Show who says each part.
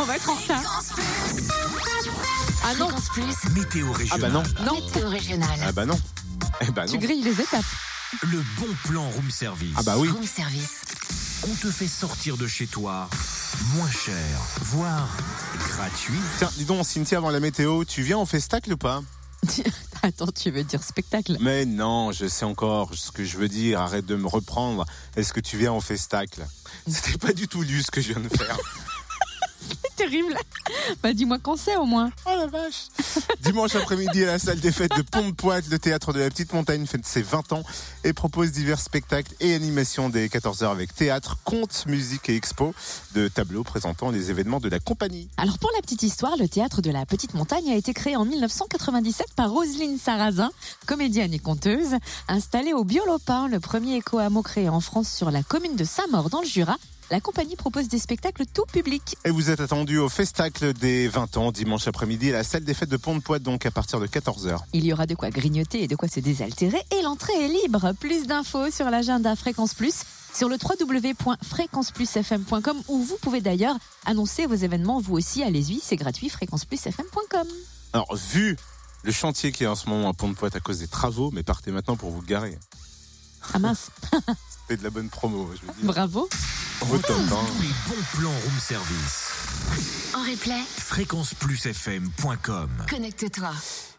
Speaker 1: On va être en retard. Ah non,
Speaker 2: Fréquence Plus,
Speaker 3: Météo
Speaker 4: Ah bah
Speaker 3: régionale.
Speaker 4: non.
Speaker 1: non,
Speaker 2: météo régionale.
Speaker 4: Ah bah non. Eh bah
Speaker 1: tu
Speaker 4: non.
Speaker 1: grilles les étapes.
Speaker 3: Le bon plan room service.
Speaker 4: Ah bah oui.
Speaker 2: Room service.
Speaker 3: On te fait sortir de chez toi moins cher, voire gratuit.
Speaker 4: Tiens, dis donc, Cynthia, avant la météo, tu viens au festacle ou pas
Speaker 1: Attends, tu veux dire spectacle
Speaker 4: Mais non, je sais encore ce que je veux dire. Arrête de me reprendre. Est-ce que tu viens au festacle C'était pas du tout lu ce que je viens de faire.
Speaker 1: Terrible. Bah dis-moi quand c'est au moins.
Speaker 4: Oh la vache Dimanche après-midi à la salle des fêtes de Pompe-Poite, le théâtre de la Petite Montagne fête ses 20 ans et propose divers spectacles et animations dès 14h avec théâtre, contes, musique et expo de tableaux présentant les événements de la compagnie.
Speaker 1: Alors pour la petite histoire, le théâtre de la Petite Montagne a été créé en 1997 par Roselyne Sarrazin, comédienne et conteuse, installée au Biolopin, le premier éco hameau créé en France sur la commune de Saint-Maur dans le Jura. La compagnie propose des spectacles tout public.
Speaker 4: Et vous êtes attendu au festacle des 20 ans dimanche après-midi à la salle des fêtes de Pompe-Poite donc à partir de 14h.
Speaker 1: Il y aura de quoi grignoter et de quoi se désaltérer et l'entrée est libre. Plus d'infos sur l'agenda Fréquence Plus sur le www.fréquenceplusfm.com où vous pouvez d'ailleurs annoncer vos événements vous aussi. Allez-y, c'est gratuit, fréquenceplusfm.com.
Speaker 4: Alors vu le chantier qui est en ce moment à Pompe-Poite à cause des travaux, mais partez maintenant pour vous garer.
Speaker 1: Ah mince,
Speaker 4: C'était de la bonne promo, je veux dire.
Speaker 1: bravo.
Speaker 4: Au top, hein.
Speaker 3: Tous les bons plans room service.
Speaker 2: En replay,
Speaker 3: Fréquenceplusfm.com
Speaker 2: connecte-toi.